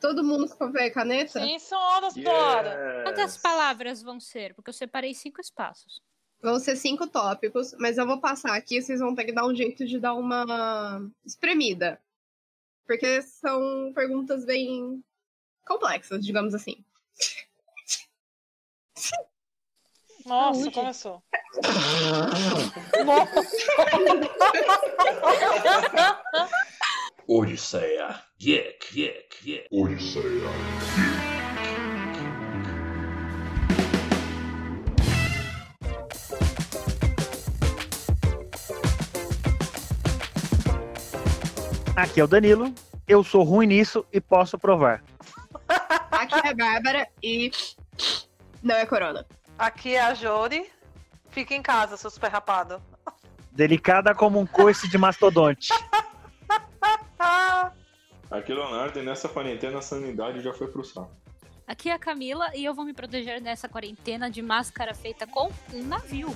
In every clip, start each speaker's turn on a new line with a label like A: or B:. A: Todo mundo com papel e caneta?
B: Sim, sono, Dora.
C: Quantas palavras vão ser? Porque eu separei cinco espaços.
A: Vão ser cinco tópicos, mas eu vou passar aqui, vocês vão ter que dar um jeito de dar uma espremida. Porque são perguntas bem complexas, digamos assim.
B: Nossa,
C: Saúde.
B: começou.
D: Odisseia. Yek, yek, yek. Odisseia.
E: Aqui é o Danilo. Eu sou ruim nisso e posso provar.
A: Aqui é a Bárbara e. Não é corona.
B: Aqui é a Jori. Fica em casa, seu super rapado.
E: Delicada como um coice de mastodonte.
B: Ah,
F: Aqui, Leonardo, e nessa quarentena a sanidade já foi pro saco.
C: Aqui é a Camila e eu vou me proteger nessa quarentena de máscara feita com um navio.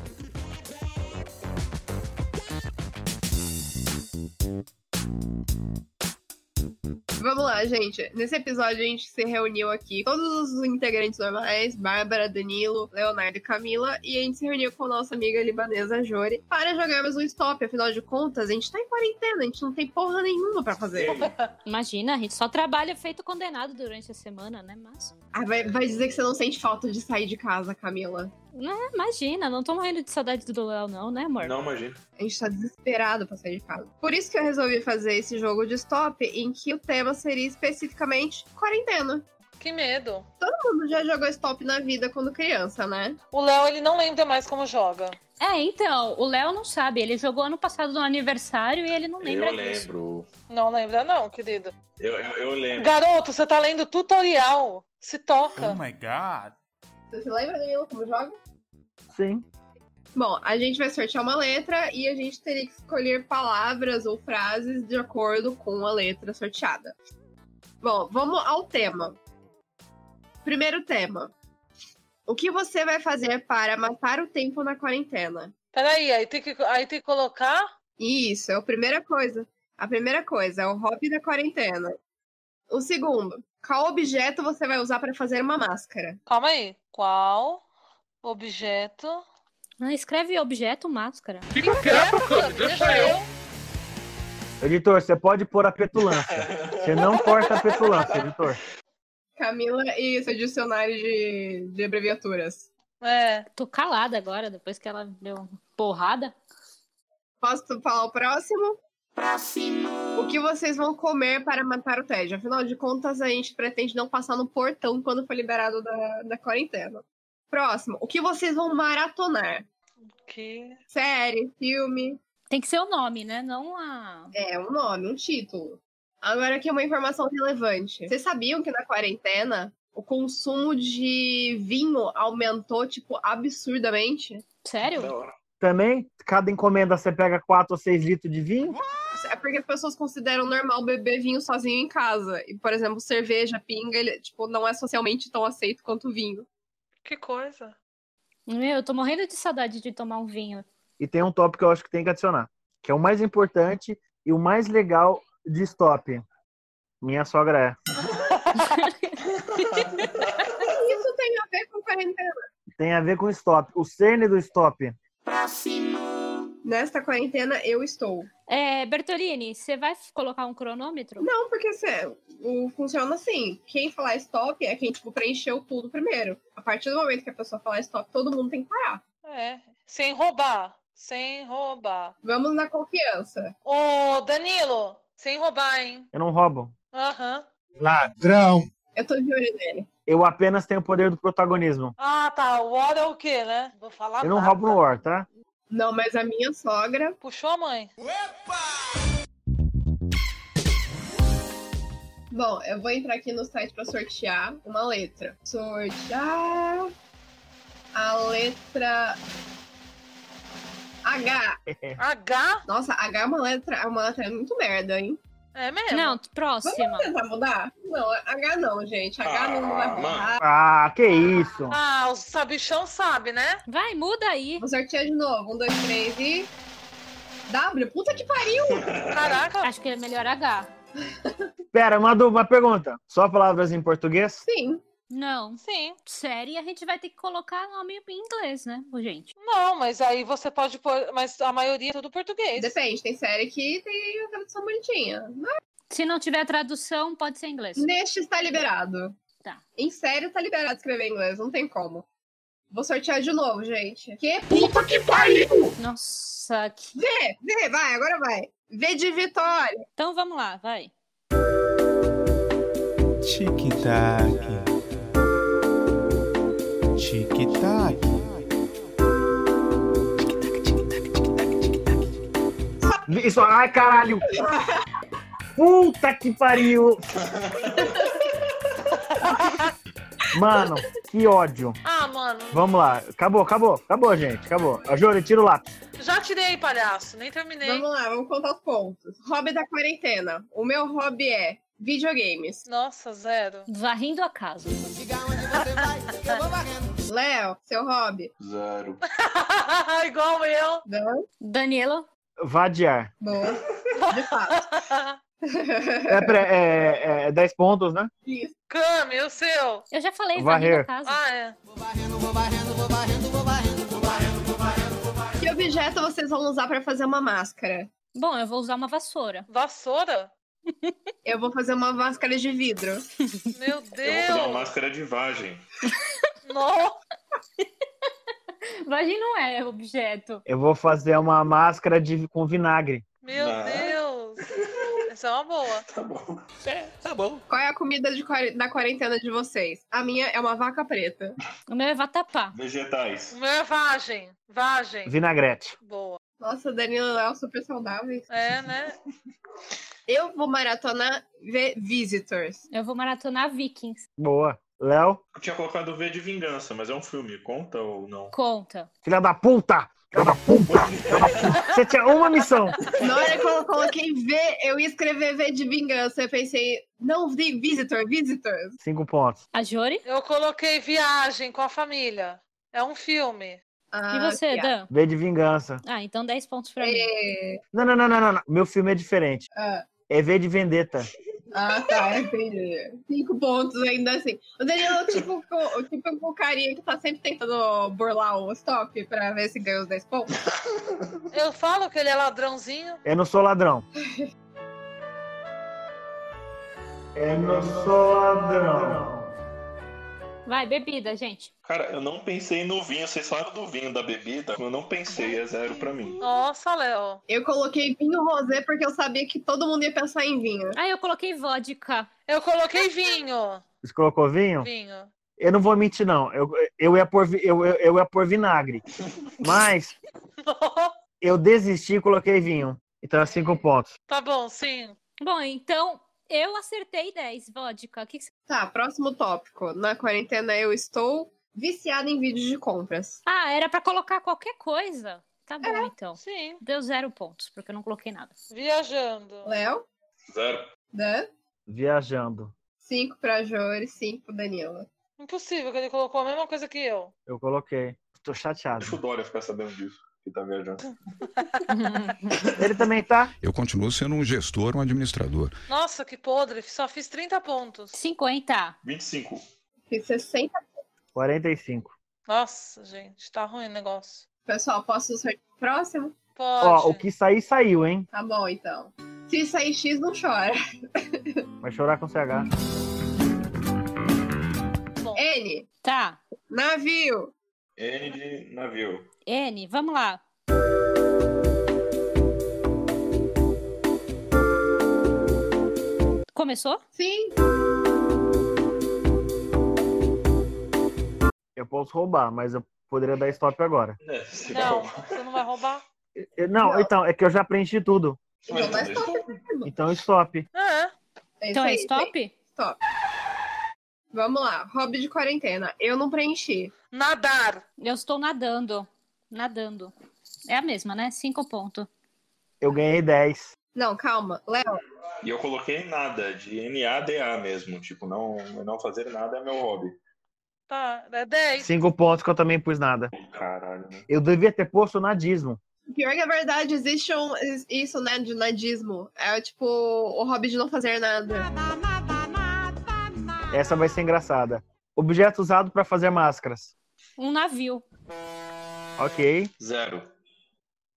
A: Vamos lá, gente. Nesse episódio a gente se reuniu aqui, todos os integrantes normais, Bárbara, Danilo, Leonardo e Camila, e a gente se reuniu com a nossa amiga libanesa Jori para jogarmos um stop. Afinal de contas, a gente tá em quarentena, a gente não tem porra nenhuma pra fazer.
C: Imagina, a gente só trabalha feito condenado durante a semana, né? Mas.
A: Ah, vai, vai dizer que você não sente falta de sair de casa, Camila.
C: É, imagina, não tô morrendo de saudade do Léo, não, né, amor?
F: Não, imagina.
A: A gente tá desesperado pra sair de casa. Por isso que eu resolvi fazer esse jogo de stop, em que o tema seria especificamente quarentena.
B: que medo.
A: Todo mundo já jogou stop na vida quando criança, né?
B: O Léo, ele não lembra mais como joga.
C: É, então, o Léo não sabe. Ele jogou ano passado no aniversário e ele não lembra
F: eu
C: disso.
F: lembro.
B: Não lembra não, querido.
F: Eu, eu, eu lembro.
B: Garoto, você tá lendo tutorial. Se toca.
G: Oh my god.
A: Você se lembra, Danilo, como joga?
E: Sim.
A: Bom, a gente vai sortear uma letra e a gente teria que escolher palavras ou frases de acordo com a letra sorteada. Bom, vamos ao tema. Primeiro tema. O que você vai fazer para matar o tempo na quarentena?
B: Peraí, aí tem, que, aí tem que colocar...
A: Isso, é a primeira coisa. A primeira coisa é o hobby da quarentena. O segundo, qual objeto você vai usar para fazer uma máscara?
B: Calma aí. Qual objeto...
C: Não, Ah, escreve objeto máscara.
G: Fica quieto, cara. Deixa eu.
E: Editor, você pode pôr a petulância. Você não corta a petulância, editor.
A: Camila e seu dicionário de, de abreviaturas.
B: É.
C: Tô calada agora, depois que ela deu uma porrada.
A: Posso falar o próximo? Próximo! O que vocês vão comer para matar o tédio? Afinal de contas, a gente pretende não passar no portão quando for liberado da, da quarentena. Próximo, o que vocês vão maratonar?
B: Que...
A: Série, filme.
C: Tem que ser o nome, né? Não a.
A: É, um nome, um título. Agora aqui é uma informação relevante. Vocês sabiam que na quarentena o consumo de vinho aumentou, tipo, absurdamente?
C: Sério?
F: Da hora.
E: Também, cada encomenda você pega 4 ou 6 litros de vinho.
A: É porque as pessoas consideram normal beber vinho sozinho em casa. E, por exemplo, cerveja, pinga, ele, tipo, não é socialmente tão aceito quanto vinho.
B: Que coisa.
C: Meu, eu tô morrendo de saudade de tomar um vinho.
E: E tem um tópico que eu acho que tem que adicionar, que é o mais importante e o mais legal de stop. Minha sogra é.
A: Isso tem a ver com quarentena.
E: Tem a ver com stop. O cerne do stop.
A: Nesta quarentena eu estou.
C: É, Bertolini, você vai f- colocar um cronômetro?
A: Não, porque cê, o, funciona assim. Quem falar stop é quem, tipo, preencheu tudo primeiro. A partir do momento que a pessoa falar stop, todo mundo tem que parar.
B: É. Sem roubar. Sem roubar.
A: Vamos na confiança.
B: Ô, Danilo, sem roubar, hein?
E: Eu não roubo.
B: Aham.
G: Ladrão.
A: Eu tô de olho nele.
E: Eu apenas tenho o poder do protagonismo.
B: Ah, tá. O War é o quê, né? Vou falar
E: Eu não
B: nada.
E: roubo no War, tá?
A: Não, mas a minha sogra.
B: Puxou a mãe.
A: Bom, eu vou entrar aqui no site pra sortear uma letra. Sortear. A letra. H.
F: É.
B: H?
A: Nossa, H é uma letra, é uma letra muito merda, hein?
B: É mesmo?
C: Não, próxima.
A: Vamos tentar mudar? Não, H não, gente. H não vai
F: Ah,
A: mudar.
E: Ah, que isso.
B: Ah, o sabichão sabe, né?
C: Vai, muda aí.
A: Vou sortear de novo. Um, dois, três e. W, puta que pariu!
B: Caraca.
C: Acho que é melhor H.
E: Pera, Madu, uma pergunta. Só palavras em português?
A: Sim.
C: Não.
B: Sim.
C: Série a gente vai ter que colocar nome em inglês, né, gente?
B: Não, mas aí você pode pôr. Mas a maioria é tudo português.
A: Depende, tem série que tem a tradução bonitinha. Mas
C: Se não tiver tradução, pode ser em inglês.
A: neste está liberado.
C: Tá.
A: Em série tá liberado escrever em inglês, não tem como. Vou sortear de novo, gente. Que?
D: Puta que pariu!
C: Nossa, que...
A: Vê, vai, agora vai. V de Vitória.
C: Então vamos lá, vai.
H: Tic-tac. Tic-tac.
E: Isso, ai, caralho! Puta que pariu! Mano, que ódio.
B: Ah, mano.
E: Vamos lá. Acabou, acabou, acabou, gente. Acabou. A Júlia, tira o lápis.
B: Já tirei, palhaço. Nem terminei.
A: Vamos lá, vamos contar os pontos. Hobby da quarentena. O meu hobby é videogames.
B: Nossa, zero.
C: Varrendo a casa.
A: Léo, seu hobby.
F: Zero.
B: Igual eu.
A: Não?
C: Danilo,
E: Vadiar.
A: Boa. De fato.
E: É, pra- é, é 10 pontos, né?
A: Isso.
B: Cami, e o seu.
C: eu já falei
E: Varrer.
C: varrendo a casa.
B: Ah, é.
A: Que objeto vocês vão usar pra fazer uma máscara?
C: Bom, eu vou usar uma vassoura.
B: Vassoura?
A: Eu vou fazer uma máscara de vidro.
B: Meu
F: Eu vou fazer uma
B: Deus.
F: máscara de vagem.
B: Nossa.
C: Vagem não é objeto.
E: Eu vou fazer uma máscara de, com vinagre.
B: Meu
F: Não.
B: Deus. Essa é uma boa.
F: Tá bom.
H: É, tá bom.
A: Qual é a comida de quare- da quarentena de vocês? A minha é uma vaca preta.
C: O meu é vatapá.
B: O
F: Vegetais.
B: meu é vagem. Vagem.
E: Vinagrete.
B: Boa.
A: Nossa, Danilo e Léo, super saudáveis.
B: É, né?
A: Eu vou maratonar v Visitors.
C: Eu vou maratonar Vikings.
E: Boa. Léo,
F: Eu tinha colocado V de Vingança, mas é um filme. Conta ou não?
C: Conta.
E: filha da puta! Filha da puta! Você tinha uma missão.
A: Na hora que eu coloquei V, eu ia escrever V de vingança. Eu pensei, não, vi- Visitor, Visitors.
E: Cinco pontos.
C: A Jori?
B: Eu coloquei Viagem com a Família. É um filme.
A: Ah,
C: e você,
A: piada.
C: Dan?
E: V de vingança.
C: Ah, então 10 pontos pra mim.
A: É,
E: Não, não, não, não, não, não. Meu filme é diferente.
A: Ah.
E: É V de Vendetta.
A: Ah, tá, entendi. Cinco pontos ainda assim. O Danilo, tipo, co- tipo o carinha que tá sempre tentando burlar o stop pra ver se ganha os 10 pontos.
B: Eu falo que ele é ladrãozinho.
E: Eu não sou ladrão. Eu não sou ladrão.
C: Vai, bebida, gente.
F: Cara, eu não pensei no vinho. Vocês falaram do vinho da bebida? Eu não pensei. É zero pra mim.
B: Nossa, Léo.
A: Eu coloquei vinho rosé porque eu sabia que todo mundo ia pensar em vinho.
C: Ah, eu coloquei vodka.
B: Eu coloquei vinho.
E: Você colocou vinho?
B: Vinho.
E: Eu não vou mentir, não. Eu, eu, ia, pôr, vi- eu, eu, eu ia pôr vinagre. Mas eu desisti e coloquei vinho. Então é cinco pontos.
B: tá bom, sim.
C: Bom, então eu acertei 10, vodka. O que que você-
A: Tá, próximo tópico. Na quarentena eu estou viciada em vídeos de compras.
C: Ah, era pra colocar qualquer coisa. Tá
A: É.
C: bom, então.
B: Sim.
C: Deu zero pontos, porque eu não coloquei nada.
B: Viajando.
A: Léo,
F: Zero.
A: Dan,
E: Viajando.
A: cinco pra Jori, cinco pro Danilo.
B: Impossível que ele colocou a mesma coisa que eu.
E: Eu coloquei. Tô chateado.
F: Deixa o Dória ficar sabendo disso. Que tá viajando.
E: Ele também tá?
I: Eu continuo sendo um gestor, um administrador.
B: Nossa, que podre. Só fiz 30 pontos.
C: 50.
F: 25.
A: Fiz 60.
E: 45.
B: Nossa, gente. Tá ruim o negócio.
A: Pessoal, posso sortear o próximo?
B: Pode.
E: Ó, o que sair, saiu, hein?
A: Tá bom, então. Se sair X, não chora.
E: Vai chorar com CH.
A: N,
C: Tá.
A: navio.
F: N de navio.
C: N, vamos lá. Começou?
A: Sim,
E: Eu posso roubar, mas eu poderia dar stop agora.
F: É, se
B: Não,
F: for-
B: você não vai roubar?
E: Eu- Não,
A: Não.
E: então, é que eu já preenchi tudo.
A: então dá
F: Mas
A: stop
F: tudo bem.
A: mesmo.
E: Então, stop.
B: É.
A: É
C: Então
A: isso
C: é
A: aí,
C: stop?
A: gente. Stop. Vamos lá, hobby de quarentena. Eu não preenchi.
B: Nadar.
C: Eu estou nadando. Nadando. É a mesma, né? Cinco pontos.
E: Eu ganhei 10.
A: Não, calma. Léo,
F: E eu coloquei nada, de N-A-D-A mesmo. Tipo, não, não fazer nada é meu hobby.
B: Tá, é 10.
E: Cinco pontos que eu também pus nada.
F: Caralho, né?
E: Eu devia ter posto nadismo.
A: Pior é que a verdade, existe um, isso, né, de nadismo. É tipo o hobby de não fazer nada.
E: Essa vai ser engraçada. Objeto usado para fazer máscaras.
C: Um navio.
E: Ok.
F: Zero.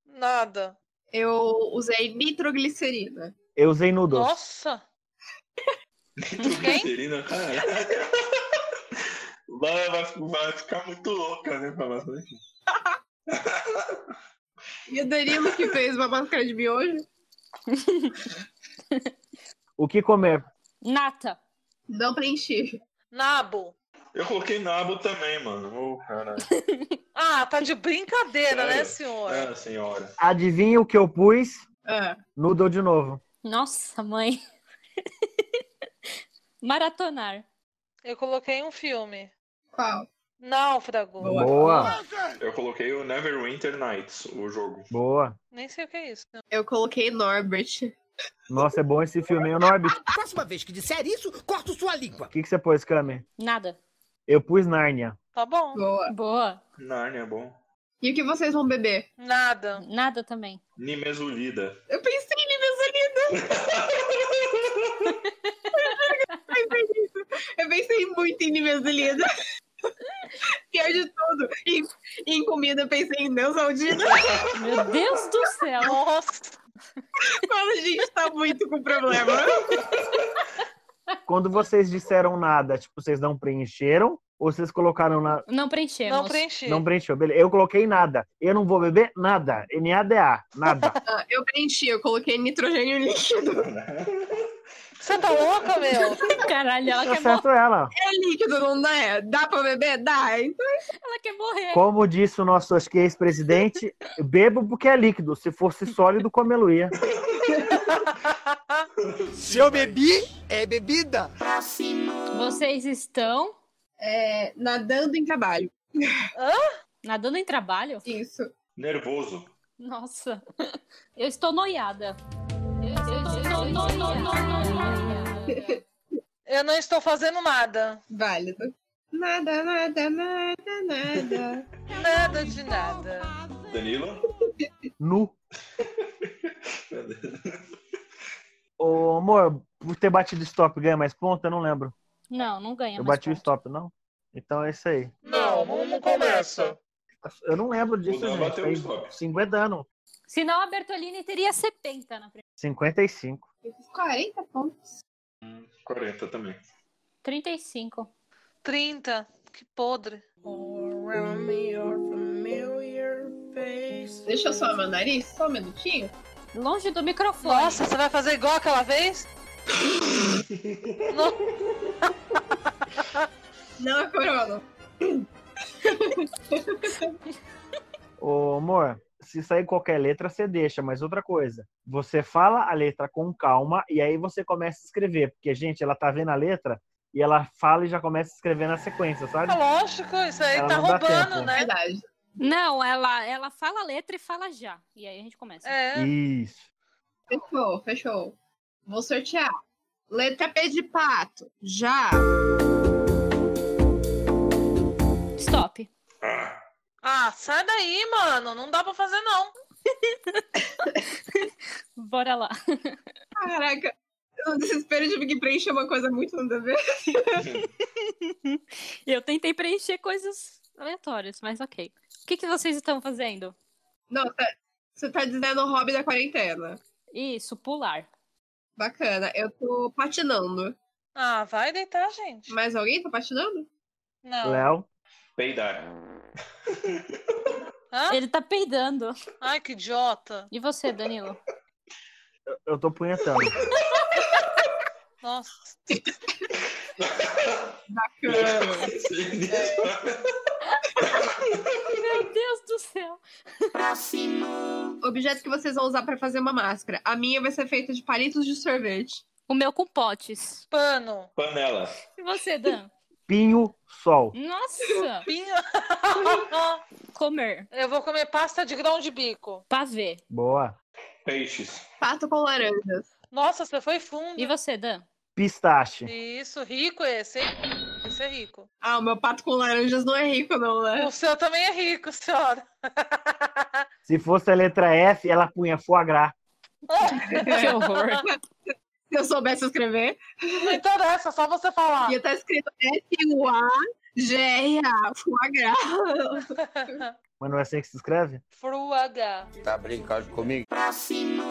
B: Nada.
A: Eu usei nitroglicerina.
E: Eu usei nudo.
B: Nossa!
F: Nitroglicerina, caralho. Vai, vai- vai ficar muito louca, né? pra você.
A: E o Danilo que fez uma máscara de miojo?
E: O que comer?
C: Nata.
A: Não preenchi.
B: Nabo.
F: Eu coloquei nabo também, mano. Ô, caralho.
B: Ah, tá de brincadeira, né,
E: É,
F: Sério?
B: senhora?
F: Ah, senhora.
E: Adivinha o que eu pus?
A: Ah,
E: Nudo de novo.
C: Nossa, mãe. Maratonar.
B: Eu coloquei um filme.
A: qual?
B: Náufrago.
A: Boa.
E: Boa,
F: Eu coloquei o Neverwinter Nights, o jogo.
E: boa.
B: Nem sei o que é isso.
A: Eu coloquei Norbert.
E: Nossa, é bom esse filme, hein, Norbit?
J: Próxima vez que disser isso, corto sua língua.
E: O que, que você pôs, Kami?
C: Nada.
E: Eu pus Nárnia.
B: Tá bom.
A: Boa.
C: Boa.
F: Narnia é bom.
A: E o que vocês vão beber?
B: Nada.
C: Nada também.
F: Nimesulida.
A: Eu pensei em Nimesulida. Eu pensei nisso. Eu pensei muito em Nimesulida. Pior de tudo, em, em comida eu pensei em Deus Aldina.
C: Meu Deus do céu.
B: Nossa.
A: Mano, a gente tá muito com problema.
E: Quando vocês disseram nada, tipo, vocês não preencheram? Ou vocês colocaram na.
C: Não preenchemos.
B: Não preenchi.
E: Não preencheu, beleza. Eu coloquei nada. Eu não vou beber nada. NADA, nada.
C: Tá
A: Ah, Eu preenchi, eu coloquei nitrogênio líquido.
B: Você tá louca, meu?
C: Caralho, ela
E: Tá
C: quer, mor-
E: certo ela.
A: É líquido, não é? Dá pra beber? Dá. Então,
C: ela quer morrer.
E: Como disse o nosso acho que ex-presidente, bebo porque é líquido. Se fosse sólido, comeluia.
J: Se eu bebi, é bebida.
C: Vocês estão
A: é, nadando em trabalho.
C: nadando em trabalho?
A: Isso.
F: Nervoso.
C: Nossa. Eu estou noiada. Eu estou noiada.
B: Eu não estou fazendo nada.
A: Válido. Nada, nada, nada, nada.
B: Nada de nada.
F: Danilo?
E: Nu. Ô, amor, por ter batido stop ganha mais ponto? Eu não lembro.
C: Não, não ganha
E: Eu
C: mais
E: bati o
C: ponto.
E: stop, não? Então é isso aí.
B: Não, não, começa.
E: Eu não lembro disso,
F: O Dan
E: gente.
F: bateu o
E: Foi
F: stop.
E: 50 dano.
C: Senão a Bertolini teria 70 na primeira.
E: 55.
A: Eu fiz 40 pontos.
F: 40 também.
C: 35.
B: 30. Que podre.
A: Deixa eu só meu nariz, só um minutinho.
C: Longe do microfone.
B: Nossa, você vai fazer igual aquela vez? Não.
A: Não é corona.
E: Ô, amor, se sair qualquer letra, você deixa, mas outra coisa. Você fala a letra com calma e aí você começa a escrever. Porque, gente, ela tá vendo a letra e ela fala e já começa a escrever na sequência,
B: É
E: sabe?
B: lógico, isso aí
E: Ela
B: tá
E: não dá
B: roubando,
E: tempo.
B: né?
A: Verdade.
C: Não, ela, ela fala a letra e fala já. E aí a gente começa.
B: É.
E: Isso.
A: Fechou, fechou. Vou sortear. Letra P de pato. Já.
C: Stop.
F: Ah,
B: Ah, sai daí, mano. Não dá pra fazer, não.
C: Bora lá.
A: Caraca. No desespero eu tive que preencher uma coisa muito nada a ver.
C: Eu tentei preencher coisas aleatórias, mas ok. O que, que vocês estão fazendo?
A: Nossa, você tá dizendo o hobby da quarentena.
C: Isso, pular.
A: Bacana. Eu tô patinando.
B: Ah, vai deitar, gente.
A: Mais alguém tá patinando?
B: Não.
E: Léo,
F: peidar.
B: Hã?
C: Ele tá peidando.
B: Ai, que idiota.
C: E você, Danilo?
E: eu tô punhetando.
B: Nossa.
A: Bacana.
B: É.
C: Meu Deus do céu.
A: Objeto que vocês vão usar pra fazer uma máscara. A minha vai ser feita de palitos de sorvete.
C: O meu com potes.
B: Pano.
F: Panela.
C: E você, Dan?
E: Pinho, sol.
C: Nossa!
B: Pinho.
C: Comer.
B: Eu vou comer pasta de grão de bico.
C: Pavê.
E: Boa.
F: Peixes.
A: Pato com laranjas.
B: Nossa, você foi fundo.
C: E você, Dan?
E: Pistache.
B: Isso, rico esse, hein? Esse é rico.
A: Ah, o meu pato com laranjas não é rico, não, né?
B: O seu também é rico, senhora.
E: Se fosse a letra F, ela punha foie gras.
A: Que horror. Se eu soubesse escrever.
B: Não interessa, só você falar.
A: Ia estar escrito F-U-A-G-R-A. Fuagra.
E: Mas não é assim que se escreve?
B: Fruaga.
J: Tá brincando comigo?
A: Próximo,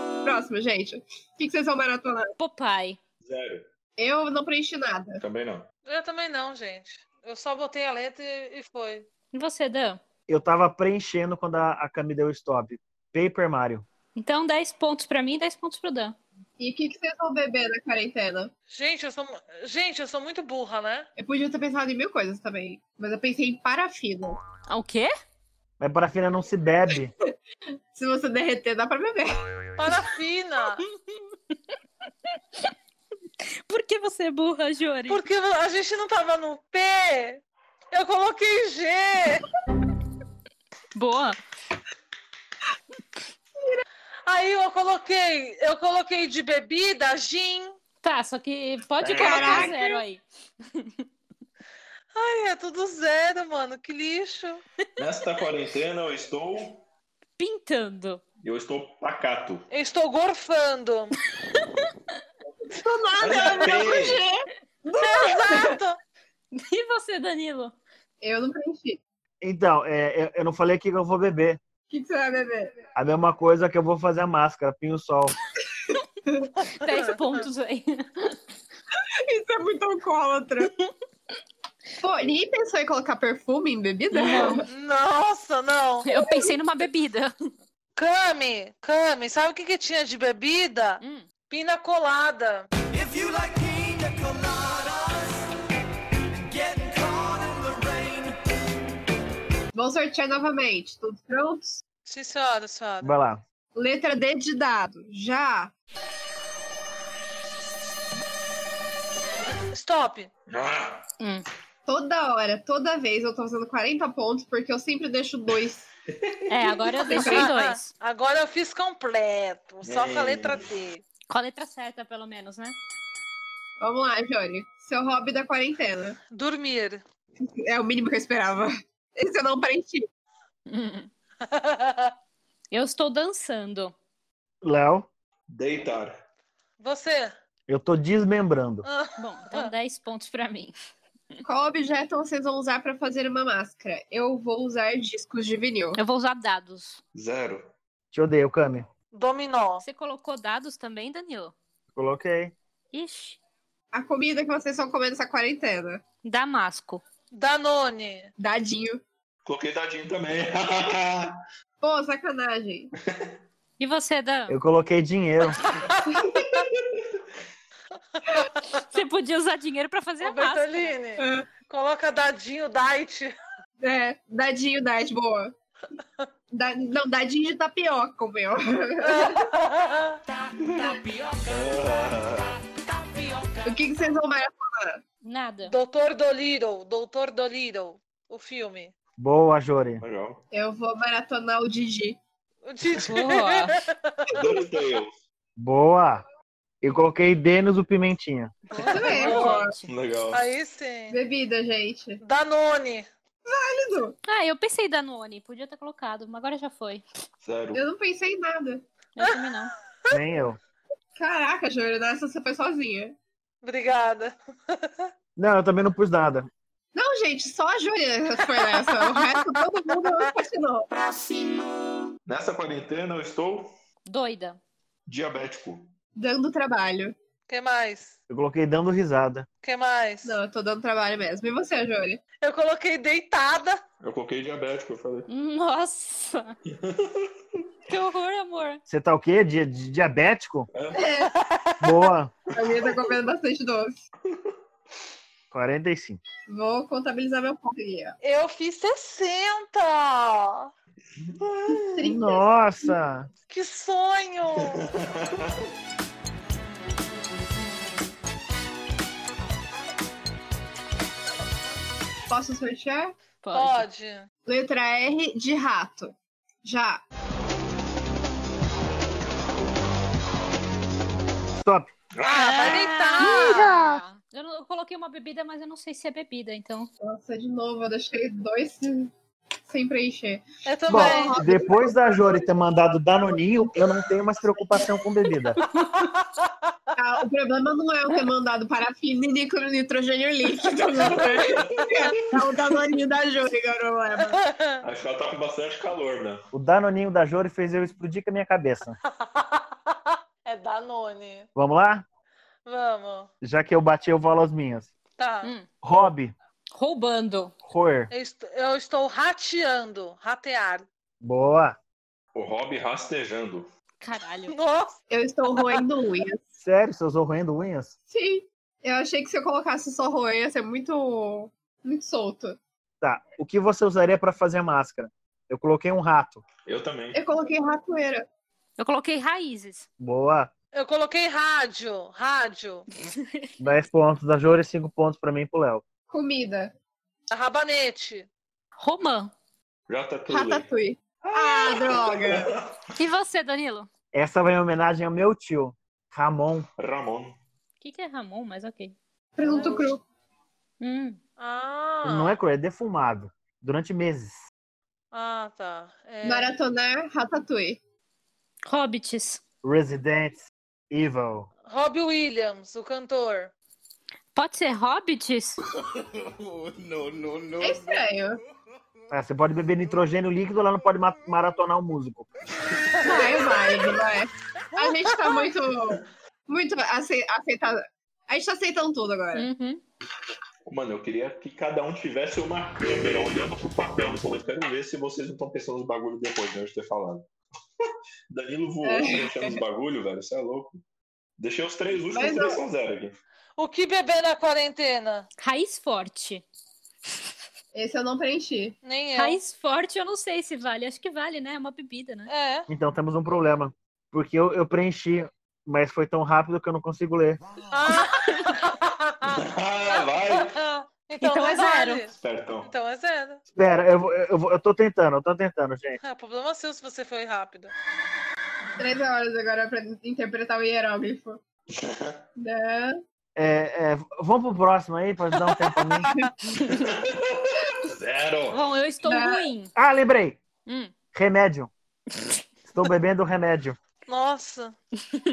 A: gente. O que que vocês vão maratonar?
C: Popeye.
F: Zero.
A: Eu não preenchi nada.
F: Também não.
B: Eu também não, gente. Eu só botei a letra e, e foi.
C: E você, Dan?
E: Eu tava preenchendo quando a, a Cami deu stop. Paper Mario.
C: Então, 10 pontos pra mim e 10 pontos pro Dan.
A: E o que que vocês vão beber na quarentena?
B: Gente, eu sou, mu- gente, eu sou muito burra, né?
A: Eu podia ter pensado em mil coisas também. Mas eu pensei em parafina.
C: Ah, O quê?
E: Mas parafina não se bebe.
A: Se você derreter, dá pra beber.
B: Parafina.
C: Por que você é burra, Jori?
B: Porque a gente não tava no P. Eu coloquei G.
C: Boa.
B: Aí eu coloquei, eu coloquei de bebida gin.
C: Tá, só que pode colocar
A: Caraca.
C: zero aí.
B: Ai, é tudo zero, mano. Que lixo.
F: Nesta quarentena eu estou.
C: Pintando.
F: Eu estou pacato.
B: Eu estou gorfando.
A: Do
B: Ah,
A: nada, ela
F: Parabéns.
A: virou com G.
B: Exato.
C: E você, Danilo?
A: Eu não preenchi.
E: Então, é, eu, eu não falei o que eu vou beber.
A: O que que você vai beber?
E: A mesma coisa que eu vou fazer a máscara, pinho-sol.
C: 10 pontos aí.
A: Isso é muito alcoólatra. Pô, ninguém pensou em colocar perfume em bebida?
C: Não.
B: Nossa, não.
C: Eu pensei numa bebida.
B: Cami, Cami, sabe o que, que tinha de bebida?
C: Hum.
B: Pina colada.
A: Vão sortear novamente. Todos prontos?
B: Sim, senhora, senhora.
E: Vai lá.
A: Letra D de dado. Já.
B: Stop.
F: Ah,
A: Toda hora, toda vez eu tô fazendo 40 pontos porque eu sempre deixo dois.
C: É, agora eu deixei dois.
B: Agora eu fiz completo. Só com a
F: Ei.
B: letra D.
C: ah, Com a letra certa, pelo menos, né?
A: Vamos lá, Johnny. Seu hobby da quarentena.
B: Dormir.
A: É o mínimo que eu esperava. Esse eu não preenchi.
C: Hum. Eu estou dançando.
E: Léo,
F: deitar.
B: Você?
E: eu tô desmembrando.
C: Bom, então 10 pontos pra mim.
A: Qual objeto vocês vão usar pra fazer uma máscara? Eu vou usar discos de vinil.
C: Eu vou usar dados.
F: Zero.
E: Te odeio, Cami.
B: Dominó.
C: Você colocou dados também, Danilo?
E: Coloquei.
C: Ixi.
A: A comida que vocês estão comendo essa quarentena.
C: Damasco.
B: Danone.
A: Dadinho.
F: Coloquei dadinho também.
A: Pô, sacanagem.
C: E você, Dan?
E: Eu coloquei dinheiro.
C: Você podia usar dinheiro pra fazer a
B: Ô,
C: máscara.
B: Bertoline,
C: né?
A: É.
B: coloca dadinho, diet.
A: É, dadinho, dad, boa. Da- não, dadinho de tapioca, o meu. O que, que vocês vão mais?
C: Nada.
B: Doutor Dolittle, Doutor Dolittle, o filme.
E: Boa, Jori.
F: Legal.
A: Eu vou maratonar o Didi.
B: O Didi.
C: Boa.
F: DuckTales.
E: Boa. Eu coloquei Denis o Pimentinha.
A: Isso mesmo.
C: Boa, gente.
F: Legal.
B: Aí sim.
A: é, Bebida, gente.
B: Danone.
C: Ah, eu pensei Danone. Podia ter colocado, mas agora já foi.
F: Zero.
A: Eu não pensei em nada.
C: Eu também não.
E: Nem eu.
A: Caraca, Júlia, nessa você foi sozinha.
B: Obrigada.
E: Não, eu também não pus nada.
A: Não, gente, só a Júlia foi nessa. O resto, todo mundo continuou.
F: Nessa quarentena eu estou
C: Doida.
F: diabético.
A: Dando trabalho.
B: Que mais?
E: Eu coloquei dando risada.
B: Que mais?
A: Não, eu tô dando trabalho mesmo. E você, Júlia?
B: Eu coloquei deitada.
F: Eu coloquei diabético, eu falei.
C: Nossa. que horror, amor.
E: Você tá o quê? Di di- diabético?
A: É,
E: Boa.
A: a minha tá comendo bastante doce.
E: 45.
A: Vou contabilizar meu ponto aqui, ó.
B: Eu fiz 60.
A: 30.
E: Nossa.
B: Que sonho.
A: Posso sortear?
C: Pode.
B: Pode.
A: Letra R de rato. Já.
E: Stop.
B: Ah, vai deitar.
C: Ah, eu, não- eu coloquei uma bebida, mas eu não sei se é bebida, então.
A: Nossa, de novo, eu deixei dois sem preencher.
B: Eu
E: Bom, depois da Jori ter mandado Danoninho, eu não tenho mais preocupação com bebida.
A: Ah, o problema não é o ter mandado parafina e nicro- nitrogênio líquido, não é? É o danoninho da Júlia, que é o problema.
F: Acho que ela tá com bastante calor, né?
E: O Danoninho da Jori fez eu explodir com a minha cabeça.
B: É Danone.
E: Vamos lá?
B: Vamos.
E: Já que eu bati, eu vou às minhas.
B: Tá.
E: Rob,
C: Roubando.
E: Roer.
B: Eu, est- eu estou rateando. Ratear.
E: Boa.
F: O Rob rastejando.
C: Caralho.
B: Nossa.
A: Eu estou roendo unhas.
E: Sério, você usou roendo unhas?
A: Sim. Eu achei que se eu colocasse só roer, ia ser muito, muito solto.
E: Tá. O que você usaria pra fazer máscara? Eu coloquei um rato.
F: Eu também.
A: Eu coloquei ratoeira.
C: Eu coloquei raízes.
E: Boa.
B: Eu coloquei rádio. Rádio.
E: 10 pontos da Jori, 5 pontos pra mim e pro Léo.
A: Comida.
B: Rabanete.
C: Romã.
F: Já tá tudo.
A: Ratatouille. Ah, droga.
C: E você, Danilo?
E: Essa vai em homenagem ao meu tio, Ramon.
F: Ramon.
C: O que, que é Ramon? Mas ok.
A: Presunto cru.
C: Hum.
B: Ah.
E: Não é cru, é defumado. Durante meses.
B: Ah, tá. É...
A: Maratonar ratatouille.
C: Hobbits.
E: Resident Evil.
B: Robbie Williams, o cantor.
C: Pode ser hobbits?
J: Não, não, não.
A: É estranho.
E: Ah, você pode beber nitrogênio líquido, ela não pode ma- maratonar um músico.
A: Vai, vai, vai. A gente tá muito. Muito ace- aceitado. A gente tá aceitando tudo agora.
C: Uhum.
F: Mano, eu queria que cada um tivesse uma câmera olhando pro papel. Pô, eu quero ver se vocês não estão pensando nos bagulhos depois né, de eu ter falado. Danilo voou
A: É.
F: mexendo nos bagulhos, velho. Você é louco. Deixei os três últimos
A: Mas,
F: três
A: ó,
F: são zero aqui.
B: O que beber na quarentena?
C: Raiz forte.
A: Esse eu não preenchi.
B: Nem eu.
C: Raiz forte, eu não sei se vale. Acho que vale, né? É uma bebida, né?
B: É.
E: Então temos um problema. Porque eu, eu preenchi, mas foi tão rápido que eu não consigo ler.
B: Ah.
F: Ah, vai!
B: então,
C: Então
B: não
C: é zero.
B: vale.
F: Espertão.
B: Então é zero.
E: Espera, eu, vou- eu, vou- eu tô tentando, eu tô tentando, gente.
B: É, problema seu se você foi rápido.
A: Três horas agora pra interpretar o hieróglifo. Né?
E: É, é, vamos pro próximo aí, pra dar um tempo pra mim.
F: Zero!
C: Bom, eu estou
A: Não.
C: ruim.
E: Ah, lembrei!
C: Hum.
E: Remédio. Estou bebendo remédio.
B: Nossa.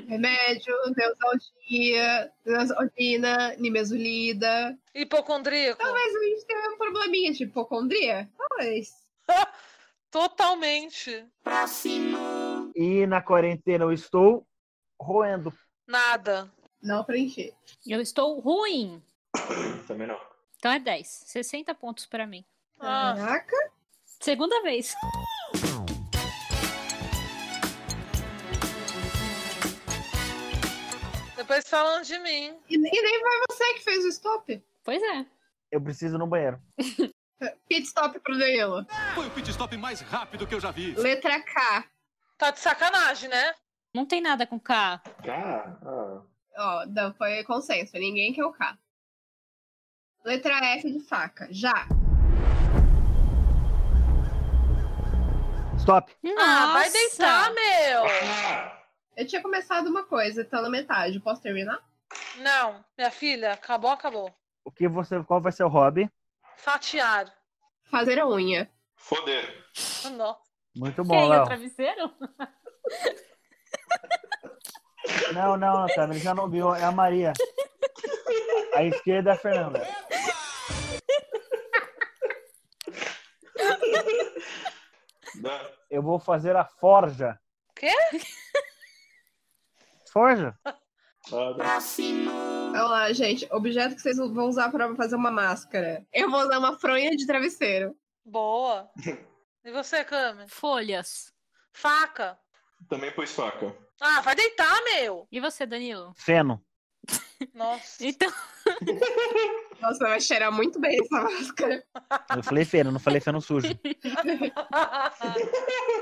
A: Remédio, Neusalgia, Neusaldina, Nimesulida.
B: Hipocondríaco.
C: Então é-
A: Talvez a gente tenha um probleminha de hipocondria. Talvez.
B: Totalmente.
E: E na quarentena eu estou roendo.
B: Nada.
A: Não preenchi.
C: Eu estou ruim.
F: Também não.
C: Então é 10. 60 pontos pra mim.
B: Ah,
A: Caraca.
C: Segunda vez. É.
B: depois falam de mim.
A: E, e nem foi você que fez o stop.
C: Pois é.
E: Eu preciso ir no banheiro.
A: Pit stop pro Danilo.
H: Foi o pit stop mais rápido que eu já vi.
A: Letra K.
B: Tá de sacanagem, né?
C: Não tem nada com K.
F: Ah, ah.
A: Ó, não, foi consenso. Ninguém quer o K. Letra F de faca. Já.
E: Stop!
B: Ah, vai deitar, meu.
F: Ah!
A: Eu tinha começado uma coisa, tá na metade. Posso terminar?
B: Não, minha filha, acabou, acabou.
E: O que você. Qual vai ser o hobby?
B: Fatiar.
A: Fazer a unha.
F: Foder.
B: Não.
E: Muito bom,
C: Quem? é O
E: Léo.
C: travesseiro?
E: Não, não, Otávio, ele já não viu. É a Maria. A esquerda é a Fernanda.
F: Da-
E: Eu vou fazer a forja.
B: Quê?
E: Forja?
F: ah, da-
A: Vamos lá, gente. Objeto que vocês vão usar pra fazer uma máscara. Eu vou usar uma fronha de travesseiro.
B: Boa. E você, Cami?
C: Folhas.
B: Faca.
F: Também pôs faca.
B: Ah, vai deitar, meu.
C: E você, Danilo?
E: Feno.
B: Nossa.
C: Então,
A: Nossa, vai cheirar muito bem essa máscara.
E: Eu falei feno, não falei feno sujo.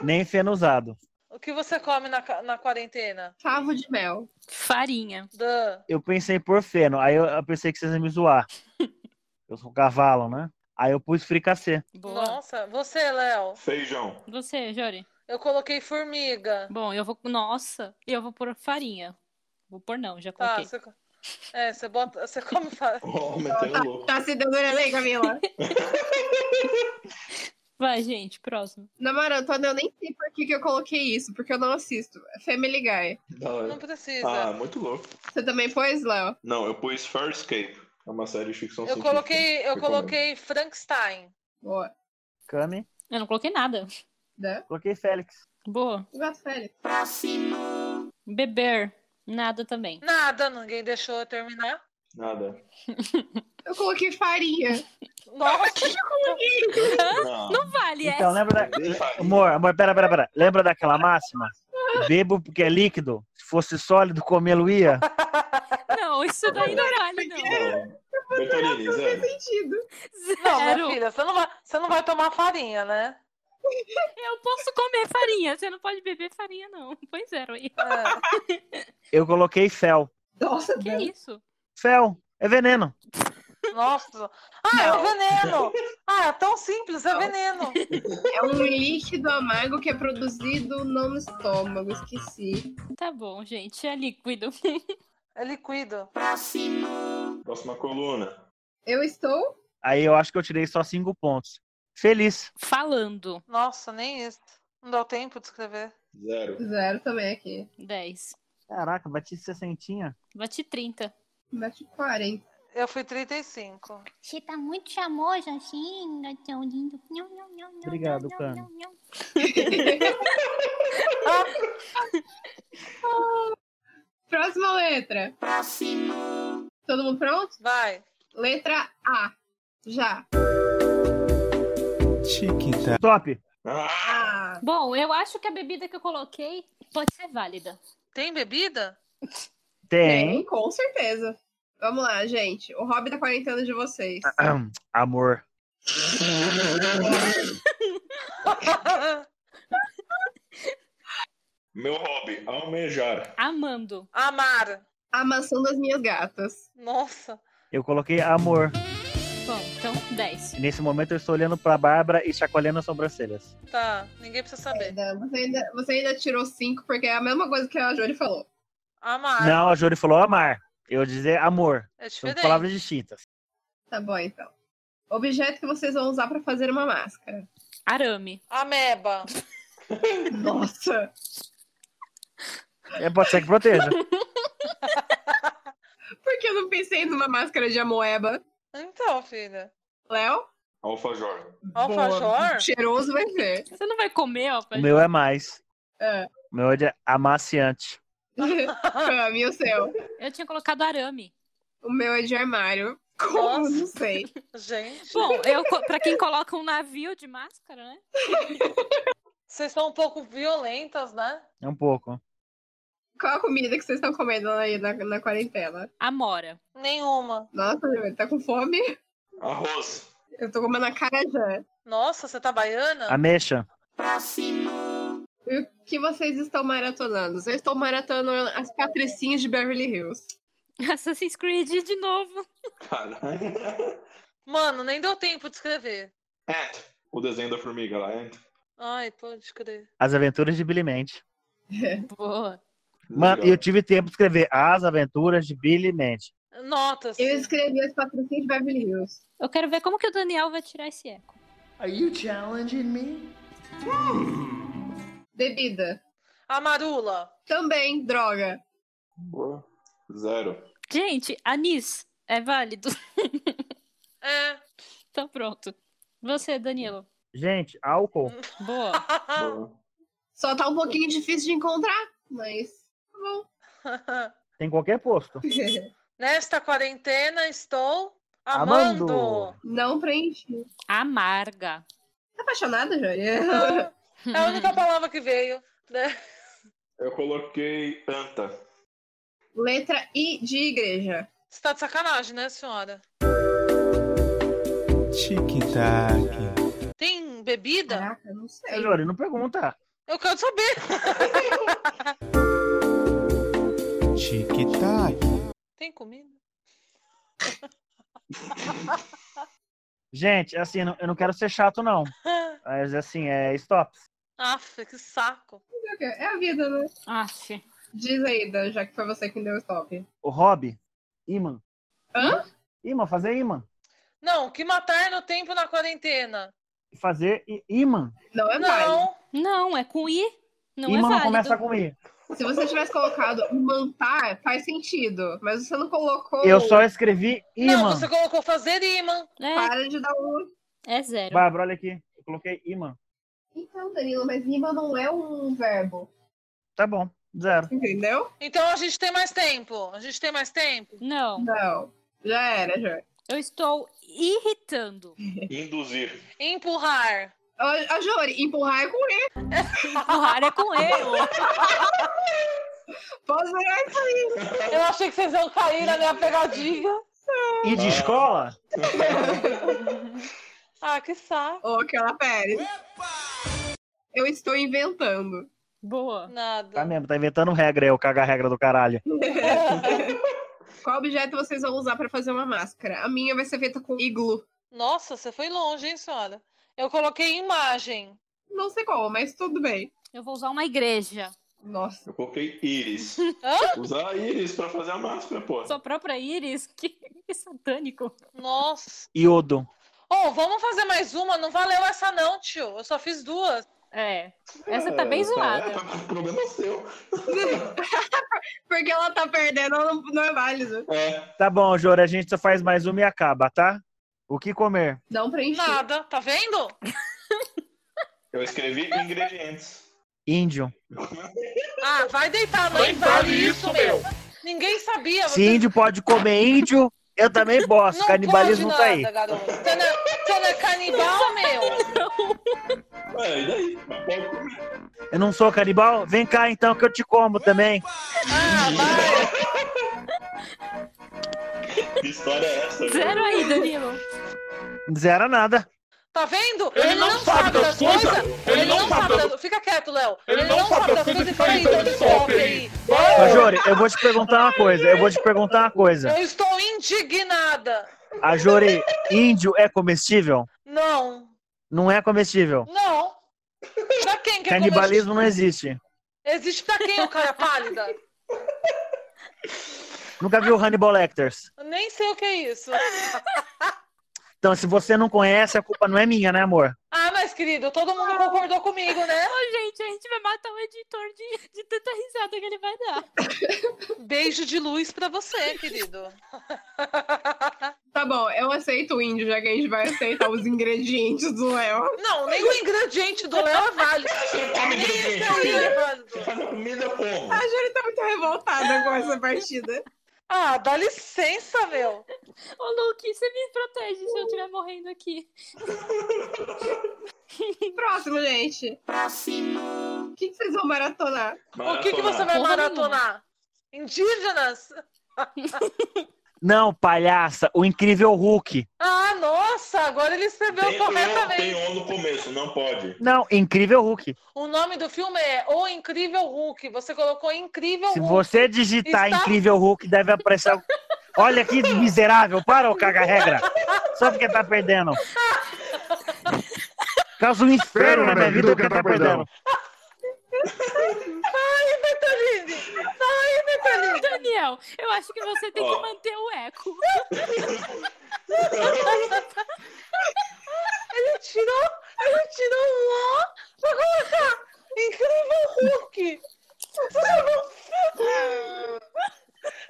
E: Nem feno usado.
B: o que você come na, ca- na quarentena?
A: Favo de mel.
C: farinha.
B: Dan.
E: Eu pensei por feno, aí eu, eu pensei que vocês iam me zoar. Eu sou cavalo, né? Aí eu pus fricassê.
C: Boa.
B: Nossa, você, Léo.
F: Feijão.
C: Você, Jori?
B: Eu coloquei formiga.
C: Bom, eu vou. Nossa, eu vou pôr farinha. Vou pôr não, já
B: Tá,
C: coloquei.
B: você... co- É, você bota. Você
F: um
B: come farinha.
F: Oh, metendo louco.
A: Tá se dando aí, Camila?
C: Vai, gente, próximo.
A: Na moral, Antônio, eu nem sei por que, que eu coloquei isso, porque eu não assisto. Family Guy.
F: Da hora.
B: Não precisa.
F: Ah, muito louco.
A: Você também pôs, Léo?
F: Não, eu pus Farscape. É uma série de ficção
B: eu
F: científica.
B: coloquei, eu
F: Recomendo.
B: coloquei Frankenstein.
A: Boa.
E: Cami.
C: Eu não coloquei nada.
A: Né?
E: Coloquei Félix.
C: Boa.
A: Eu gosto, sério.
C: Beber. Nada também.
B: Nada, ninguém deixou eu terminar.
F: Nada.
A: Eu coloquei farinha.
B: Nossa,
F: Não.
C: Não vale
E: Então,
C: essa.
E: lembra da.
F: Bebê farinha.
E: Amor, amor, pera, pera, pera. Lembra daquela máxima? Bebo porque é líquido. Se fosse sólido, comê-lo ia.
C: Não, isso daí não vale, não.
F: né? Não. Bertolini, zero.
A: Sentido.
B: não, minha
C: Zero.
B: filha, você não, vai, você não vai tomar farinha, né?
C: Eu posso comer farinha. Você não pode beber farinha, não. Põe zero aí.
B: É.
E: Eu coloquei fel.
A: Nossa,
C: Que
A: Dan.
C: isso?
E: Fel é veneno.
B: Nossa. Ah, é o veneno. Ah, é tão simples, é veneno.
A: É um líquido amargo que é produzido não no estômago, esqueci.
C: Tá bom, gente. É líquido.
B: É liquido.
C: assim.
F: Próxima coluna.
A: Eu estou.
E: Aí eu acho que eu tirei só cinco pontos. Feliz.
C: Falando.
B: Nossa, nem isso. Não deu tempo de escrever.
F: Zero.
A: Zero também aqui.
C: 10.
E: Caraca, bati 60.
C: Bati 30.
A: Bate 40.
B: Eu fui 35.
C: Você tá muito chamoso assim, tão lindo.
E: Obrigado, Cami.
A: Próxima letra. Próximo. Todo mundo pronto?
B: Vai.
A: Letra A. Já.
G: Chiquita.
E: Top.
F: Ah,
A: Ah,
C: Bom, eu acho que a bebida que eu coloquei pode ser válida.
B: Tem bebida?
E: Tem.
A: tem, com certeza. Vamos lá, gente. O hobby da quarentena de vocês.
E: Aham. Amor.
F: meu hobby, almejar.
C: Amando.
B: Amar.
A: A maçã das minhas gatas.
B: Nossa.
E: Eu coloquei amor.
C: Bom, então 10.
E: E nesse momento eu estou olhando pra Bárbara e chacoalhando as sobrancelhas.
B: Tá. Ninguém precisa saber.
A: Ainda- Você ainda, você ainda tirou cinco, porque é a mesma coisa que a Júlia falou. Ah.
B: Amar.
E: Não, a Júlia falou amar. Eu dizer amor.
B: É
E: São
B: diferente.
E: palavras distintas.
A: Tá bom, então. Objeto que vocês vão usar pra fazer uma máscara.
C: Arame.
B: Ameba.
A: Nossa!
E: É, pode ser que proteja.
A: Por que eu não pensei numa máscara de amoeba?
B: Então, filha.
A: Léo,
F: Alfajor.
B: Alfajor?
A: cheiroso vai ser.
C: Você não vai comer, ó.
E: O meu é mais.
A: É.
E: O meu é de amaciante.
A: Cami, e o seu?
C: Eu tinha colocado arame.
A: O meu é de armário. Como?
B: Nossa.
A: Não sei.
B: Gente,
C: Bom, eu, co- pra quem coloca um navio de máscara, né?
B: vocês estão um pouco violentas, né?
E: É um pouco.
A: Qual a comida que vocês estão comendo aí na, na quarentena?
C: Amora.
B: Nenhuma.
A: Nossa, Júlia, tá com fome?
F: Arroz.
A: Eu tô comendo acarajé.
B: Nossa, você tá baiana?
E: Ameixa.
A: E o que vocês estão maratonando? Eu estou maratonando as patricinhas de Beverly Hills.
C: Assassin's Creed de novo.
F: Caralho.
B: Mano, nem deu tempo de escrever.
F: Ant. O desenho da formiga lá, Ant.
B: Ai, pode crer.
E: As aventuras de Billy Mandy.
C: Boa.
E: Mano,
F: Legal.
E: eu tive tempo de escrever As Aventuras de Billy Mandy.
B: Notas.
A: Eu escrevi as patricinhas de Beverly Hills.
C: Eu quero ver como que o Daniel vai tirar esse eco.
A: Bebida.
B: Amarula.
A: Também, droga.
F: Boa. Zero.
C: Gente, anis é válido.
B: É.
C: Então pronto. Você, Danilo.
E: Gente, álcool.
C: Boa. Ah.
F: Boa.
A: Só tá um pouquinho difícil de encontrar, mas tá bom.
E: Tem qualquer posto.
B: Nesta quarentena estou
E: Amando.
B: amando.
A: Não preenchi.
C: Amarga.
A: Tá apaixonada, Júlia?
B: É a única palavra que veio. né?
F: Eu coloquei anta.
A: Letra I de igreja.
B: Você tá de sacanagem, né, senhora?
G: Tic-tac.
B: Tem bebida?
A: Caraca, não sei.
E: Ô, Júlio, não pergunta.
B: Eu quero saber.
G: Tic-tac.
B: Tem comida?
E: Gente, assim, não- eu não quero ser chato, não. Mas, assim, é stop.
B: Aff, que saco.
A: É a vida, né?
C: Hum. Aff.
A: Diz aí, Dan, já que foi você que deu o stop.
E: O hobby, imã.
A: Hã?
E: Imã, fazer imã.
B: Não, que matar no tempo na quarentena.
E: fazer i- imã.
A: Não é válido.
B: Não.
C: Não, é com I. Não
E: imã
C: é
E: não
C: válido.
E: começa com I.
A: Se você tivesse colocado mantar, faz sentido. Mas você não colocou.
E: Eu só escrevi imã.
B: Não, você colocou fazer imã.
C: É,
A: Para de dar um.
C: é zero.
E: Bárbara, olha aqui. Eu coloquei imã.
A: Então, Danilo, mas rima não é um verbo.
E: Tá bom, zero.
A: Entendeu?
B: Então a gente tem mais tempo. A gente tem mais tempo.
C: Não,
A: Não. Já era, já.
C: eu estou irritando.
F: Induzir.
B: Empurrar.
A: Ô, ô, Jori, empurrar é com E.
C: Empurrar é com eu.
A: Posso virar isso?
B: Eu achei que vocês iam cair na minha pegadinha.
E: E de
F: Ah.
E: escola?
B: Ah, que saco.
A: Ô, aquela Pérez. Eu estou inventando.
C: Boa.
E: Tá
B: Nada.
E: mesmo, tá inventando regra aí, o caga regra do caralho.
A: Qual objeto vocês vão usar pra fazer uma máscara? A minha vai ser feita com iglu.
B: Nossa, você foi longe, hein, senhora? Eu coloquei imagem.
A: Não sei qual, mas tudo bem.
C: Eu vou usar uma igreja.
A: Nossa.
F: Eu coloquei íris.
B: Hã?
F: Usar a íris pra fazer a máscara, pô.
C: Sua própria íris? Que, que satânico.
B: Nossa.
E: Iodo.
B: Ô, vamos fazer mais uma? Não valeu essa não, tio. Eu só fiz duas.
C: É. Essa tá bem
F: É,
C: zoada.
F: tá- problema seu.
A: Porque ela tá perdendo, ela não, não é válido.
F: É,
E: Tá bom, Jora, a gente só faz mais uma e acaba, tá? O que comer?
A: Não preenchi.
B: Nada. Tá vendo?
F: eu escrevi ingredientes.
E: Índio.
B: Ah, vai deitar, não vale isso, meu. Ninguém sabia.
E: Se índio pode comer índio, eu também posso. Canibalismo
B: pode
E: tá aí.
B: nada, garoto. Você não, é- você não é canibal, meu?
F: Ué, É, e daí? Pode comer.
E: Eu não sou canibal? Vem cá então que eu te como também.
B: Ah, vai.
F: Que história é essa?
C: Zero aí, Danilo.
E: Zero nada.
B: Tá vendo? Ele, não, sabe das coisas. Ele, não sabe das... Fica quieto, Léo. Ele, não, sabe das coisas e fala aí, eu descobre aí.
E: Mas, Jore, eu vou te perguntar uma coisa. Eu vou te perguntar uma coisa.
B: Eu estou indignada.
E: A Jore, índio é comestível?
B: Não.
E: Não é comestível.
B: Não. Pra quem que é
E: Canibalismo não existe.
B: comestível? Existe pra quem o cara pálida?
E: Nunca viu Hannibal Lecters?
B: Eu nem sei o que é isso.
E: Então, se você não conhece, a culpa não é minha, né, amor?
B: Ah, mas querido, todo mundo concordou comigo, né?
C: Ô, gente, a gente vai matar o editor de, de tanta risada que ele vai dar.
B: Beijo de luz pra você, querido.
A: Tá bom, eu aceito o índio, já que a gente vai aceitar os ingredientes do Léo.
B: Não, nem o ingrediente do Léo é válido.
F: Você come
B: Nem esse
F: ingrediente,
B: é o
F: filha.
B: válido.
F: Faz a comida como?
A: A Júlia tá muito revoltada com essa partida.
B: Ah, dá licença, meu.
C: Ô, Luke, você me protege se eu estiver morrendo aqui.
A: Próximo, gente. Próximo. O que, que vocês vão maratonar?
B: O que, que você vai
C: Porra
B: maratonar? Indígenas?
E: Não, palhaça, o incrível Hulk.
B: Ah, nossa, agora ele escreveu
F: Tem o,
B: corretamente.
F: tem um. o no começo, não pode.
E: Não, incrível Hulk.
B: O nome do filme é O Incrível Hulk. Você colocou Incrível
E: Se
B: Hulk.
E: você digitar
B: Está-
E: incrível Hulk, deve aparecer. Olha aqui, miserável, para o caga-regra. Só porque tá perdendo. Causa um inferno na minha vida porque tá perdendo.
B: Ai, Betalini! Ai, Betalini!
C: Daniel, eu acho que você tem que
F: Ó.
C: manter o eco.
B: Ele tirou, ele tirou um O pra colocar Incrível Hulk.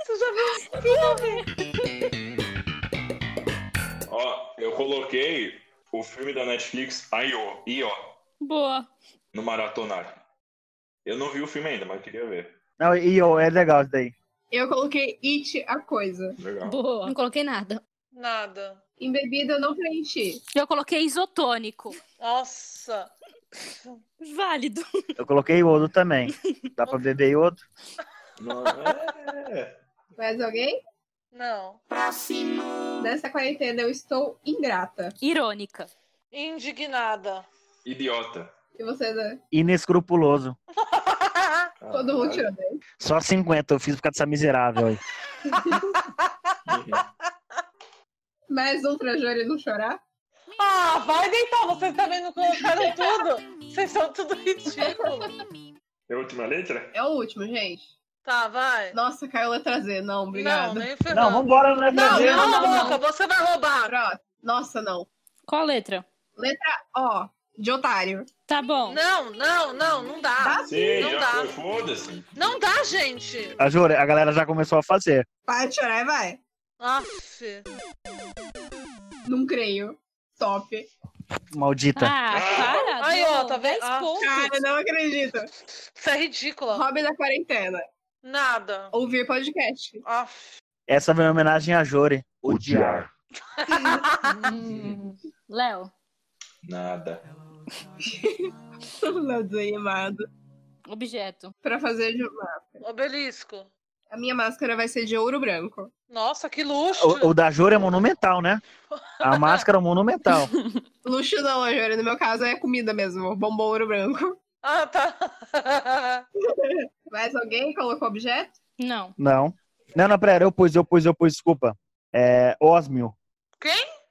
B: Você já viu um filme? Você já viu um filme?
F: Ó, eu coloquei o filme da Netflix, aí ó, e ó,
C: Boa.
F: no maratonar. Eu não vi o filme ainda, mas queria ver.
E: Não, e eu, é legal isso daí.
A: Eu coloquei it a coisa.
F: Legal.
C: Boa. Não coloquei nada.
B: Nada.
A: Em bebida eu não preenchi.
C: Eu coloquei isotônico.
B: Nossa.
C: Válido.
E: Eu coloquei iodo também. Dá pra beber iodo?
F: Não, é...
A: Mais alguém?
B: Não.
A: Nessa quarentena eu estou ingrata.
C: Irônica.
B: Indignada.
F: Idiota.
A: E você, Dan?
E: Inescrupuloso.
F: Ah,
A: Todo mundo tirou dez.
E: Só 50 eu fiz por causa dessa miserável aí.
F: Uhum.
A: Mais um pra Júlia não chorar.
B: Ah, vai deitar. Vocês também não colocaram tudo. Vocês são tudo ridículo.
F: É a última letra?
A: É o último, gente.
B: Tá, vai.
A: Nossa, caiu a trazer. Não,
B: Não, né?
A: obrigada.
B: nem ferrando.
E: Não, vambora, não é
B: Não,
E: fazer.
B: cala a
C: não, não.
B: boca, você vai roubar.
A: Próximo. Nossa, não.
C: Qual letra?
A: Letra O, de otário.
C: Tá bom.
B: Não, não, não, não dá.
F: Sim,
B: Não
F: já
B: dá.
F: foi, foda-se.
B: Não dá, gente.
E: A, Jura, a galera já começou a fazer.
A: Para de chorar e vai.
B: Aff.
A: Não creio. Top.
E: Maldita.
C: Ah, para.
B: Aí,
C: deu
B: ó, tá vendo?
C: 10
B: Ah.
C: pontos.
A: Cara, não acredito.
B: Isso é ridícula.
A: Hobby da quarentena.
B: Nada.
A: Ouvir podcast.
B: Aff.
E: Essa vem em homenagem a Jore.
F: Odiar.
C: Hum, Léo,
F: Nada.
A: Não desanimado.
C: objeto.
A: Pra fazer de uma...
B: Obelisco.
A: A minha máscara vai ser de ouro branco.
B: Nossa, que luxo.
E: O, o da Jore é monumental, né? A máscara é monumental.
A: Luxo não, Júlia. No meu caso é comida mesmo. Bombom ouro branco.
B: Ah, tá.
A: Mas alguém colocou objeto?
C: Não.
E: Não. Não, não, pera, eu pus, eu pus, eu pus, desculpa. É, ósmio.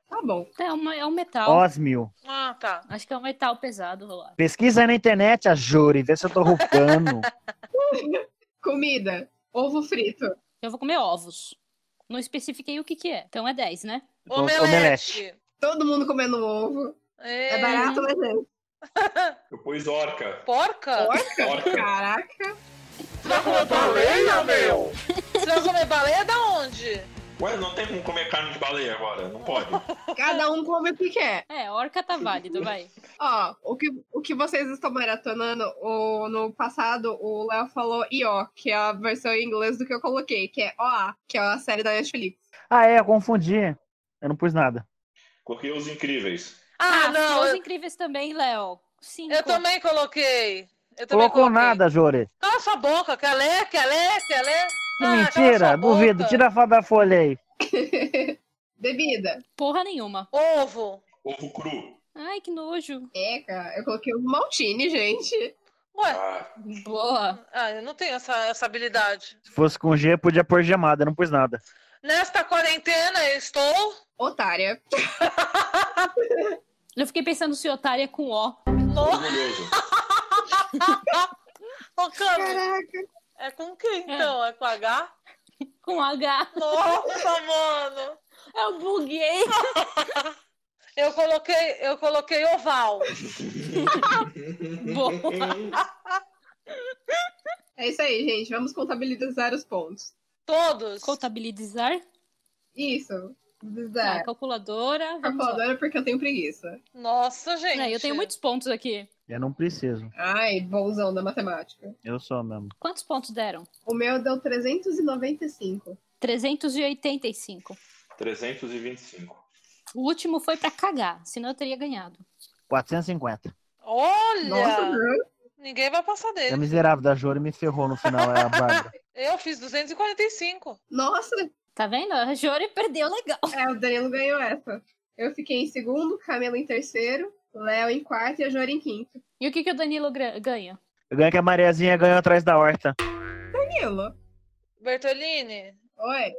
A: Tá bom.
C: É, uma, é um metal.
E: Ósmio.
B: Ah, tá.
C: Acho que é um metal pesado, lá.
E: Pesquisa aí na internet, a Jore, vê se eu tô roubando.
A: Comida. Ovo frito.
C: Eu vou comer ovos. Não especifiquei o que que é. Então é 10, né?
E: O-
B: Omelete.
A: Todo mundo comendo ovo. É
B: É.
A: barato, né, gente?
F: Eu pus orca.
B: Porca?
A: Porca?
F: Porca.
A: Caraca.
B: Você vai comer baleia, meu? Você vai comer baleia da onde?
F: Ué, não tem como comer carne de baleia agora, não pode.
A: Cada um come o que quer.
C: É, orca tá válido, vai.
A: Ó, o que, o que vocês estão maratonando, o, no passado, o Léo falou IO, que é a versão em inglês do que eu coloquei, que é OA, que é a série da Netflix.
E: ah, é, eu confundi. Eu não pus nada.
F: Coloquei os incríveis.
B: Ah, não.
C: Os
B: Eu,
C: incríveis também, Léo. Cinco.
B: eu também coloquei. Eu também
E: Colocou
B: coloquei.
E: nada, Jore.
B: Cala sua boca, quer ler, quer ler, quer ler?
E: Que
B: Ah, cala
E: mentira,
B: sua
E: duvido.
B: boca.
E: Tira a foto da folha aí.
A: Bebida.
C: Porra nenhuma.
B: Ovo.
F: Ovo cru.
C: Ai, que nojo.
A: É, cara, eu coloquei o Maltine, gente.
B: Ué,
F: Ah,
C: Boa.
B: ah, eu não tenho essa, essa habilidade.
E: Se fosse com G, podia pôr gemada, eu não pus nada.
B: Nesta quarentena eu estou.
A: Otária.
C: Eu fiquei pensando se otária é com O.
B: No...
F: orgulhoso.
B: Ô, Cami,
A: Caraca.
B: é com quem então? É com H?
C: Com H.
B: Nossa, mano!
C: Eu buguei.
B: Eu coloquei, eu coloquei oval.
C: Boa.
A: É isso aí, gente. Vamos contabilizar os pontos.
B: Todos.
C: Contabilizar.
B: É.
A: Isso.
C: Tá,
A: Bizarro.
C: calculadora. Vamos lá.
A: Calculadora porque eu tenho preguiça.
B: Nossa, gente.
C: É, eu tenho muitos pontos aqui.
E: Eu não preciso.
A: Ai, bonzão da matemática.
E: Eu sou mesmo.
C: Quantos pontos deram?
A: O meu deu 395.
C: 385.
F: 325.
C: O último foi pra cagar, senão eu teria ganhado.
E: 450.
B: Olha!
A: Nossa, Bruno.
B: Ninguém vai passar
E: É
B: dele.
E: miserável da Jore me ferrou no final, é a Bárbara.
B: Eu fiz 245.
A: Nossa,
C: Tá vendo? A Jori perdeu legal.
A: É, o Danilo ganhou essa. Eu fiquei em segundo, Camila em terceiro, Léo em quarto e a Jora em quinto.
C: E o que, que o Danilo gra- ganha?
E: Eu ganho que a Mariazinha ganhou atrás da horta.
A: Danilo,
B: Bertolini,
A: oi.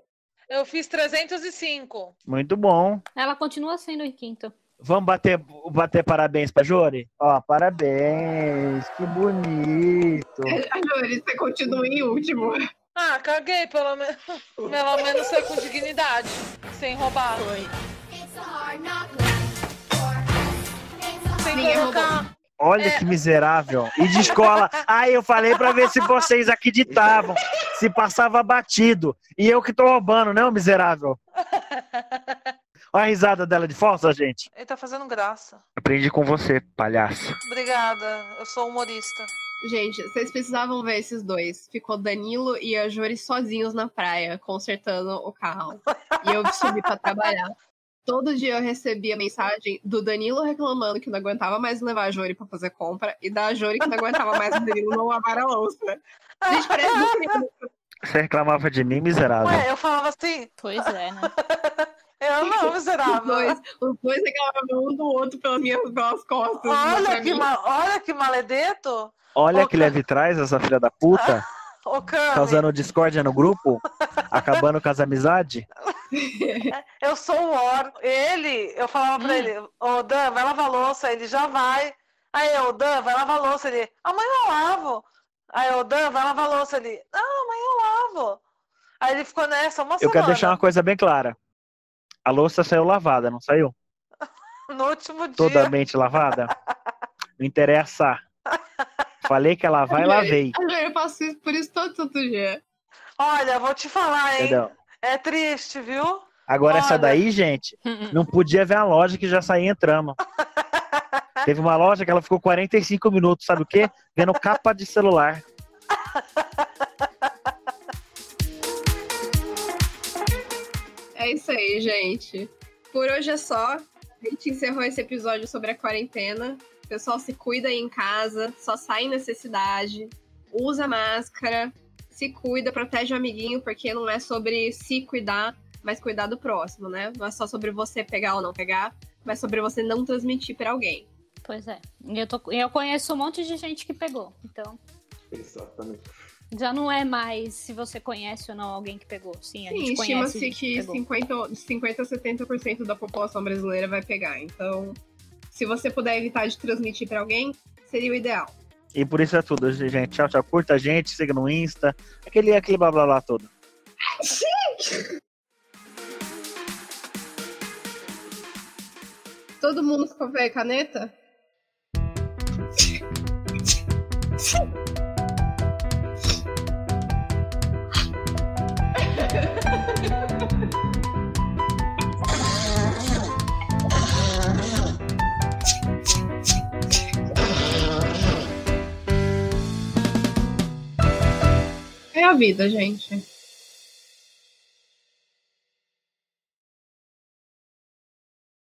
B: eu fiz 305.
E: Muito bom.
C: Ela continua sendo em quinto.
E: Vamos bater, bater parabéns pra Jori? Ó, parabéns, que bonito.
A: A Jora, você continua em último.
B: Ah, caguei, pelo, me... pelo menos foi com dignidade. Sem roubar. Sem
A: Ninguém
B: colocar.
E: Olha
B: É.
E: que miserável. E de escola. Ai, eu falei pra ver se vocês acreditavam, se passava batido. E eu que tô roubando, né, ô miserável? Olha a risada dela de falsa, gente.
B: Ele tá fazendo graça.
E: Aprendi com você, palhaço.
B: Obrigada, eu sou humorista.
A: Gente, vocês precisavam ver esses dois. Ficou Danilo e a Jori sozinhos na praia, consertando o carro. E eu subi pra trabalhar. Todo dia eu recebia mensagem do Danilo reclamando que não aguentava mais levar a Jori pra fazer compra e da Jori que não aguentava mais o Danilo não lavar a louça. Gente, parece um filme.
E: Você reclamava de mim, miserável.
B: Ué, eu falava assim,
C: Pois é, né?
B: eu não
A: Os
B: miserável.
A: dois, os dois reclamavam um do outro pelas minhas pelas costas.
B: Olha
A: pra
B: que,
A: mim.
B: ma- Olha que maledeto.
E: Olha
B: Ô,
E: que
B: cara.
E: leve traz essa filha da puta,
B: Ô, Cami,
E: causando discórdia no grupo, acabando com as amizades.
B: eu sou o Or. Ele, eu falava pra ele, ô Dan, vai lavar louça, ele já vai. Aí eu, Dan, vai lavar louça, ele, amanhã eu lavo. Aí eu, Dan, vai lavar louça, ele, não, amanhã eu lavo. Aí ele ficou nessa uma
E: Eu
B: semana.
E: quero deixar uma coisa bem clara. A louça saiu lavada, não saiu?
B: No último dia.
E: Toda a mente lavada? Não interessa. Falei que ia lavar e lavei.
A: Agora eu faço isso por isso todo santo dia.
B: Olha, vou te falar, hein?
E: Entendeu?
B: É triste, viu?
E: Agora essa
B: Olha.
E: daí, gente, não podia ver a loja que já saía entrando. Teve uma loja que ela ficou 45 minutos, sabe o quê? Vendo capa de celular.
A: É isso aí, gente. Por hoje é só. A gente encerrou esse episódio sobre a quarentena. O pessoal se cuida aí em casa, só sai em necessidade, usa máscara, se cuida, protege o amiguinho, porque não é sobre se cuidar, mas cuidar do próximo, né? Não é só sobre você pegar ou não pegar, mas sobre você não transmitir pra alguém.
C: Pois é. E Eu, tô- eu conheço um monte de gente que pegou. Então,
F: Exatamente.
C: já não é mais se você conhece ou não alguém que pegou. Sim, a gente
A: Sim,
C: conhece.
A: estima-se
C: gente
A: que
C: pegou.
A: 50, de 50 a 70% da população brasileira vai pegar. Então, se você puder evitar de transmitir pra alguém, seria o ideal.
E: E por isso é tudo, gente. Tchau, tchau. Curta a gente, siga no Insta. Aquele, aquele blá blá blá todo.
A: Todo mundo com papel e caneta? É a vida, gente.